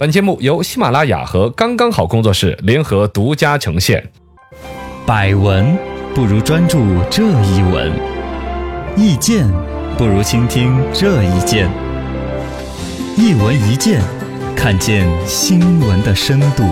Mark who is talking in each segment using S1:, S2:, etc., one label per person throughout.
S1: 本节目由喜马拉雅和刚刚好工作室联合独家呈现。
S2: 百闻不如专注这一闻，意见不如倾听这一见。一闻一见，看见新闻的深度。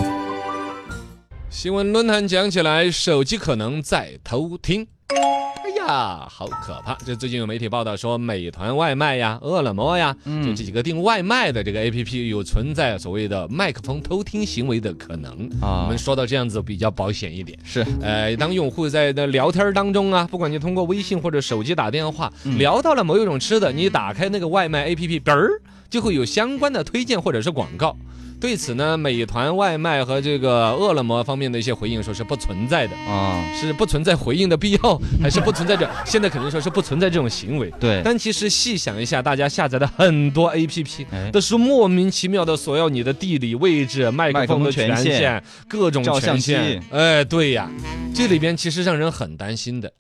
S1: 新闻论坛讲起来，手机可能在偷听。哎呀，好可怕！这最近有媒体报道说，美团外卖呀、饿了么呀，就这几个订外卖的这个 APP 有存在所谓的麦克风偷听行为的可能。
S2: 啊
S1: 我们说到这样子比较保险一点。
S2: 是
S1: 呃，当用户在那聊天儿当中啊，不管你通过微信或者手机打电话，聊到了某一种吃的，你打开那个外卖 APP，嘚儿就会有相关的推荐或者是广告。对此呢，美团外卖和这个饿了么方面的一些回应说是不存在的，
S2: 啊，
S1: 是不存在回应的必要，还是不存在这？现在肯定说是不存在这种行为。
S2: 对，
S1: 但其实细想一下，大家下载的很多 APP
S2: 哎
S1: 都是莫名其妙的索要你的地理位置、麦
S2: 克
S1: 克
S2: 风
S1: 风
S2: 的
S1: 的
S2: 权
S1: 权
S2: 限
S1: 限、各种
S2: 照
S1: 权
S2: 相机
S1: 限。哎，对呀，这里边其实让人很担心的。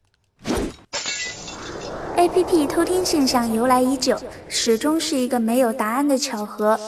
S3: APP 偷听现象由来已久，始终是一个没有答案的巧合。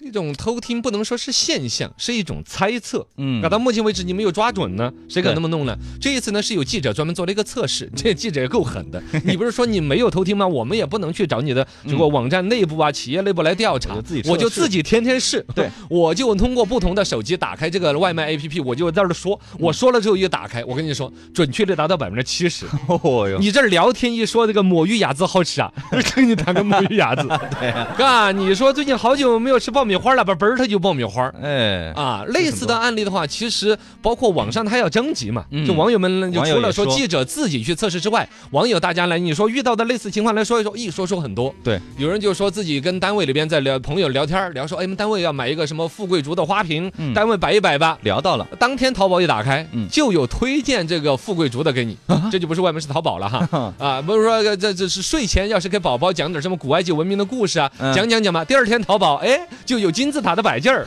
S1: 这种偷听不能说是现象，是一种猜测。
S2: 嗯
S1: 搞到目前为止，你没有抓准呢，谁敢
S2: 对
S1: 那么弄呢？这一次呢，是有记者专门做了一个测
S2: 嗯
S1: 试， 这记者也够狠的。 你不是说你没有偷听吗？我们也不能去找你的这个网站内部啊、企业内部来调查
S2: 嗯我就自己，测
S1: 我就
S2: 试
S1: 自己天天试。
S2: 对，
S1: 我就通过不同的手机打开这个外卖 APP，我就在这儿说，
S2: 嗯
S1: 我说了之后一打开，我跟你说，准确率达到百分之七十。
S2: 哦哟，
S1: 你这儿聊天一说这个抹鱼牙子好 吃啊，跟你谈个抹鱼牙子，对啊，你说最近好久没有吃爆米花了吧？嘣儿它就爆米花 儿
S2: 哎，
S1: 啊，类似的案例的话，其实包括网上它要征集嘛，
S2: 嗯
S1: 就网友们呢就
S2: 网友
S1: 除了
S2: 也
S1: 说
S2: 说
S1: 记者自己去测试之外，网友大家来你说遇到的类似情况来说一说，一说说很多。
S2: 对，
S1: 有人就说自己跟单位里边在聊朋友聊天儿，聊说哎，我们单位要买一个什么富贵竹的花瓶
S2: 嗯，
S1: 单位摆一摆吧。
S2: 聊到了，
S1: 当天淘宝一打开，
S2: 嗯。
S1: 就有推荐这个富贵竹的给你，这就不是外卖，是淘宝了哈啊 啊，不是说这这是睡前要是给宝宝讲点什么古埃及文明的故事啊，
S2: 嗯
S1: 讲讲讲嘛。第二天淘宝，哎，就有金字塔的摆 件儿，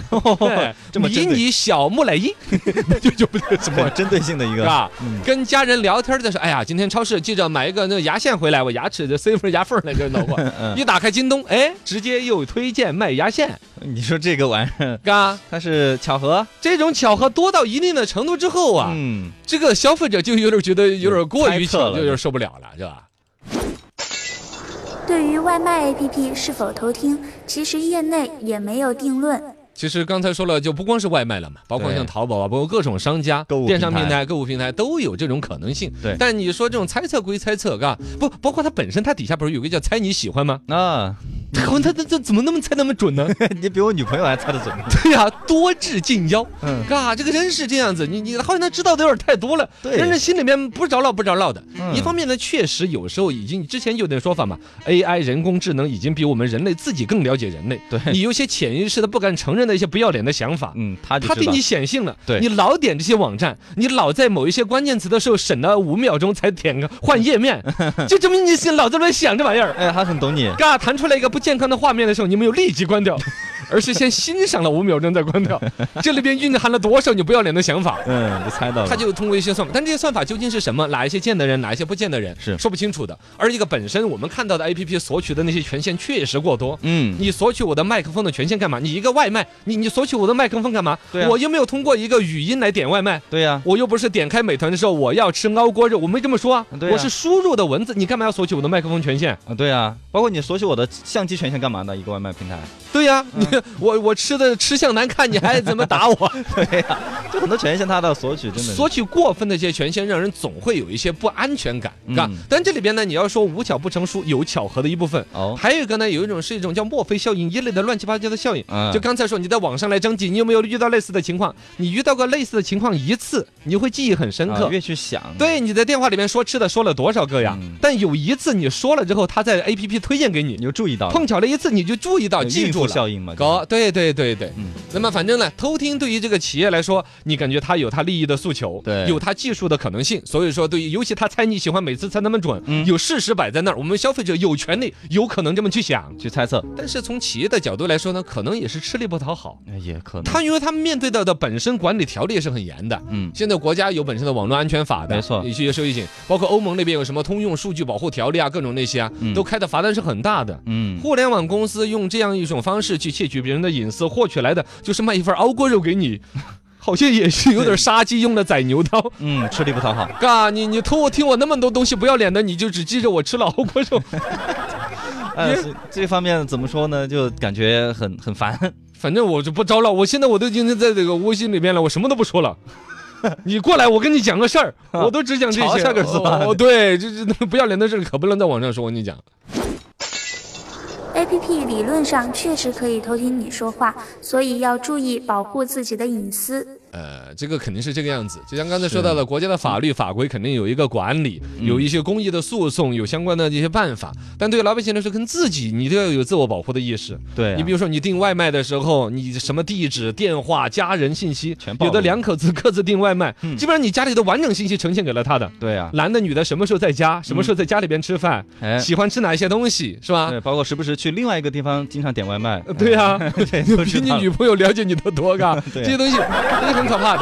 S1: 哎
S2: 这么
S1: 迷
S2: 针对
S1: 你小木乃伊， 就就不是什么玩意
S2: 很
S1: 儿。
S2: 针对性的一
S1: 是
S2: 个，
S1: 吧？跟家人聊天儿再说，哎呀，今天超市记着买一个那个牙线回来，我牙齿这塞不是牙缝儿来着，挠 过。一打开京东，哎，直接又推荐卖牙线，
S2: 你说这个玩意儿，
S1: 嘎，
S2: 它是巧合？
S1: 这种巧合多到一定的程度之后啊，
S2: 嗯，
S1: 这个消费者就有点觉得有点过于
S2: 猜测
S1: 巧，
S2: 了
S1: 就有点受不了了，是吧？
S3: 对于外卖 APP 是否偷听，其实业内也没有定论。
S1: 其实刚才说了，就不光是外卖了嘛，包括
S2: 对
S1: 像淘宝啊，包括各种商家、
S2: 购物
S1: 电商
S2: 平台
S1: 平台、购物平台都有这种可能性。
S2: 对
S1: 但你说这种猜测归猜测，嘎，不包括它本身，它底下不是有个叫“猜你喜欢” 吗？
S2: 啊，
S1: 它它它它怎么那么猜那么准呢？
S2: 你比我女朋友还猜得准。
S1: 对 呀、多智近妖，
S2: 嗯
S1: 嘎，这个真是这样子，你你好像他知道的有点太多了，
S2: 对
S1: 让人心里面不着落不着落的。
S2: 嗯
S1: 一方面呢，确实有时候已经之前有点说法嘛，AI 人工智能已经比我们人类自己更了解人类，
S2: 对
S1: 你有些潜意识的不敢承认的一些不要脸的想法。
S2: 嗯，他就
S1: 他
S2: 知
S1: 对
S2: 道
S1: 你显性了，
S2: 对
S1: 你老点这些网站，你老在某一些关键词的时候省了五秒钟才点个换页 面，就证明你是脑子里面想这玩意儿。
S2: 哎，他很懂你。
S1: 嘎弹出来一个不健康的画面的时候，你没有立即 关掉，而是先欣赏了五秒钟再关掉。这里边蕴含了多少你不要脸的想法？
S2: 嗯，就猜到了。
S1: 他就通过一些算法，但这些算法究竟是什么？哪一些见的人，哪一些不见的人，
S2: 是
S1: 说不清楚的。而一个本身我们看到的 APP 索取的那些权限确实过多。
S2: 嗯，
S1: 你索取我的麦克风的权限干嘛？你一个外卖，你你索取我的麦克风干嘛？
S2: 对啊
S1: 我又没有通过一个语音来点外卖，
S2: 对呀、
S1: 我又不是点开美团的时候我要吃熬锅肉，我没这么说啊，
S2: 对啊
S1: 我是输入的文字，你干嘛要索取我的麦克风权限？
S2: 啊，对啊，包括你索取我的相机权限干嘛呢？一个外卖平台，
S1: 对呀、
S2: 嗯
S1: 你我我吃的吃相难看，你还怎么 打我？
S2: 就很多权限他的索取，真的是
S1: 索取过分的一些权限，让人总会有一些不安全感，
S2: 嗯
S1: 嘎、但这里边呢，你要说无巧不成书，有巧合的一部分。
S2: 哦，
S1: 还有一个呢，有一种是一种叫墨菲效应一类的乱七八糟的效应。
S2: 嗯
S1: 就刚才说，你在网上来征集，你有没有遇到类似的情况？你遇到过类似的情况一次，你会记忆很深刻。
S2: 啊越去想，
S1: 对，你在电话里面说吃的说了多少个呀？
S2: 嗯
S1: 但有一次你说了之后，他在 APP 推荐给
S2: 你
S1: 你，
S2: 就注意到了
S1: 碰巧了一次你就注意到
S2: 有
S1: 记
S2: 应
S1: 住
S2: 付
S1: 了。
S2: 效应嘛，
S1: 高，对对对对。
S2: 嗯
S1: 那么反正呢，偷听对于这个企业来说，你感觉它有它利益的诉求，
S2: 对
S1: 有它技术的可能性，所以说对于，尤其他猜你喜欢，每次猜那么准，
S2: 嗯
S1: 有事实摆在那儿，我们消费者有权利， 有可能这么去想。
S2: 去猜测，
S1: 但是从企业的角度来说呢，可能也是吃力不讨好。
S2: 哎也可能
S1: 嗯他因为他们面对到的本身管理条例也是很严的，
S2: 嗯
S1: 现在国家有本身的网络安全法的，
S2: 没错
S1: 有些收益性，包括欧盟那边有什么通用数据保护条例啊，各种那些啊，
S2: 嗯
S1: 都开的罚单是很大的。
S2: 嗯
S1: 互联网公司用这样一种方式去窃取取别人的隐私获取来的，就是卖一份熬锅肉给你，好像也是有点杀鸡用的宰牛刀。
S2: 嗯，吃力不讨好。
S1: 嘎，你你偷我听我那么多东西不要脸的，你就只记着我吃了熬锅肉，
S2: 呃，所以这方面怎么说呢？就感觉很很烦。
S1: 反正我就不招了。我现在我都已经在这个微信里面了，我什么都不说了。你过来，我跟你讲个事儿，我都只讲这
S2: 瞧
S1: 些。
S2: 瞧可是吧
S1: 哦，对，这这那不要脸的事儿可不能在网上说。我跟你讲，
S3: APP 理论上确实可以偷听你说话，所以要注意保护自己的隐私。
S1: 呃，这个肯定是这个样子。就像刚才说到的，国家的法律法规肯定有一个管理，
S2: 嗯
S1: 有一些公益的诉讼，有相关的这些办法。但对于老百姓来说，跟自己你都要有自我保护的意识。
S2: 对啊
S1: 你比如说，你订外卖的时候，你什么地址、电话、家人信息
S2: 全，暴
S1: 有
S2: 露
S1: 的两口子 各自订外卖，基本上你家里的完整信息呈现给了他的。
S2: 对嗯啊，嗯
S1: 男的、女的什么时候在家，什么时候在家里边吃饭，
S2: 哎，
S1: 喜欢吃哪一些东西，是吧？
S2: 对，包括时不时去另外一个地方，经常点外卖。
S1: 呃对呀、
S2: 对，
S1: 你
S2: 哎都知
S1: 比你
S2: 道
S1: 女朋友了解你的多嘎，
S2: 对嗯
S1: 这些东西都是很可怕的。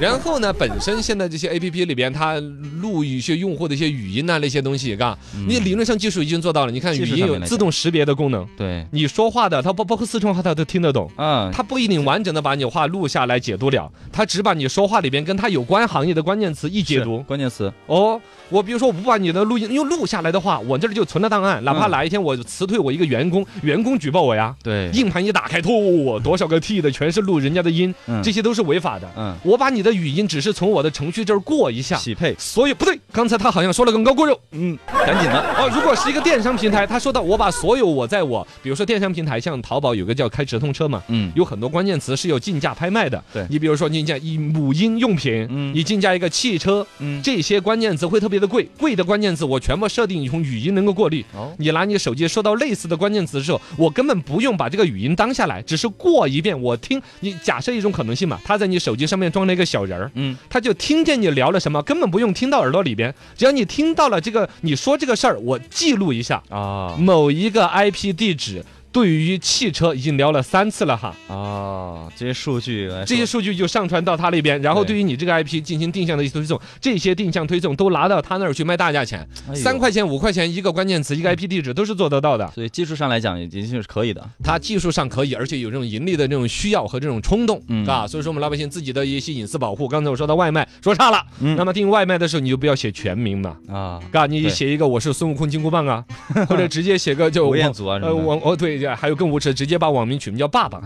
S1: 然后呢，本身现在这些 A P P 里边，它录一些用户的一些语音啊呐、那些东西，嘎，你理论上技术已经做到了。你看
S2: 嗯技
S1: 语
S2: 术上
S1: 音有
S2: 面来
S1: 自动识别的功能，
S2: 对，
S1: 你说话的，它包包括四川话，它都听得懂。
S2: 啊，
S1: 它不一定完整的把你话录下来解读了，它只把你说话里边跟它有关行业的关键词一解
S2: 是
S1: 读。
S2: 关键词，
S1: 哦，我比如说我不把你的录音，因为录下来的话，我这里就存了档案，哪怕
S2: 嗯
S1: 哪一天我辞退我一个员工，员工举报我呀。
S2: 对，
S1: 硬盘一打开，吐，多少个 T 的全是录人家的音，
S2: 嗯
S1: 这些都是违法的。
S2: 嗯
S1: 我把你的语音只是从我的程序这儿过一下，
S2: 匹配，
S1: 所有不对，刚才他好像说了个高锅肉。
S2: 嗯，赶紧的，
S1: 哦，如果是一个电商平台，他说到我把所有我在我，比如说电商平台，像淘宝有个叫开直通车嘛。
S2: 嗯，
S1: 有很多关键词是有竞价拍卖的，
S2: 对
S1: 你比如说竞价一母婴用品，
S2: 嗯
S1: 你竞价一个汽车，
S2: 嗯，
S1: 这些关键词会特别的贵，贵的关键词我全部设定用语音能够过滤。
S2: 哦，
S1: 你拿你手机说到类似的关键词的时候，我根本不用把这个语音当下来，只是过一遍，我听你假设一种可能性嘛，他在你手机上面装了一个小人儿，
S2: 嗯，
S1: 他就听见你聊了什么，根本不用听到耳朵里边，只要你听到了这个你说这个事儿，我记录一下
S2: 啊
S1: 某一个 IP 地址。对于汽车已经聊了三次了哈，
S2: 啊，这些数据来说，
S1: 这些数据就上传到他那边，然后
S2: 对
S1: 对于你这个 IP 进行定向的一些推送，这些定向推送都拿到他那儿去卖大价钱，
S2: 哎呦嗯
S1: 三，块钱、五块钱一个关键词，一个 IP 地址都是做得到的。
S2: 所以技术上来讲已经是可以的，
S1: 它技术上可以，而且有这种盈利的这种需要和这种冲动，
S2: 嗯
S1: 啊，所以说我们老百姓自己的一些隐私保护，刚才我说到外卖说差了，
S2: 嗯
S1: 那么订外卖的时候你就不要写全名嘛，
S2: 啊，
S1: 嘎，你
S2: 对
S1: 写一个我是孙悟空金箍棒 啊，或者直接写个就
S2: 吴彦
S1: 王
S2: 祖啊什
S1: 呃
S2: 么的，
S1: 王哦对，还有更无耻的，直接把网名取名叫爸 爸，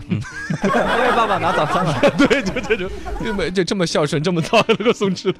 S2: 哎，爸爸拿早餐了，
S1: 对，就这种，这么就这么孝顺，这么操能够送吃 的，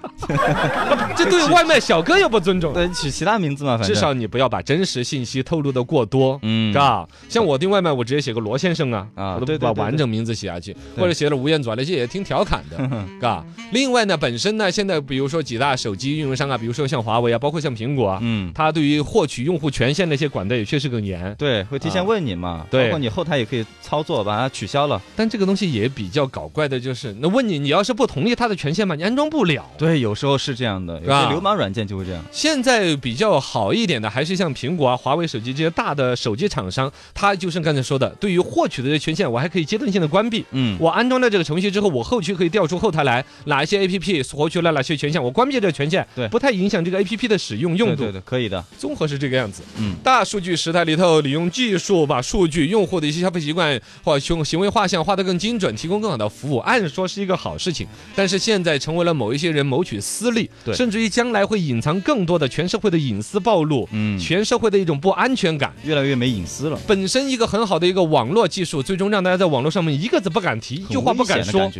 S1: 这对外卖小哥又不尊重，
S2: 对，取其他名字嘛，反正
S1: 至少你不要把真实信息透露的过多，
S2: 嗯
S1: 嘎，像我订外卖，我直接写个罗先生啊，
S2: 啊
S1: 我都
S2: 对
S1: 不
S2: 对
S1: 把
S2: 对
S1: 完
S2: 对
S1: 整名字写下去，
S2: 对
S1: 或者写了吴彦祖啊，那些也挺调侃 的，嘎。另外呢，本身呢，现在比如说几大手机运营商啊，比如说像华为啊，包括像苹果啊，
S2: 嗯，
S1: 它对于获取用户权限那些管得也确实更严，
S2: 对，会提前问你嘛，
S1: 对
S2: 包括你后台也可以操作把它取消了，
S1: 但这个东西也比较搞怪的，就是那问你，你要是不同意它的权限嘛，你安装不了。
S2: 对，有时候是这样的，有
S1: 是吧
S2: 些流氓软件就会这样，
S1: 现在比较好一点的，还是像苹果啊、华为手机这些大的手机厂商，它就是刚才说的，对于获取的这些权限，我还可以阶段性的关闭。
S2: 嗯，
S1: 我安装了这个程序之后，我后期可以调出后台来哪一些 A P P 获取了哪些权限，我关闭这个权限，
S2: 对
S1: 不太影响这个 A P P 的使用用
S2: 对
S1: 度。
S2: 对对，可以的，
S1: 综合是这个样子。
S2: 嗯
S1: 大数据时代里头，利用技术把数据、用户的一些消费习惯或行行为画像画得更精准，提供更好的服务，按说是一个好事情。但是现在成为了某一些人谋取私利，
S2: 对
S1: 甚至于将来会隐藏更多的全社会的隐私暴露，
S2: 嗯，
S1: 全社会的一种不安全感。
S2: 越来越没隐私了，
S1: 本身一个很好的一个网络技术，最终让大家在网络上面一个字不敢提，一
S2: 一
S1: 句话不敢说，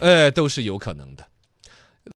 S1: 哎，都是有可能的。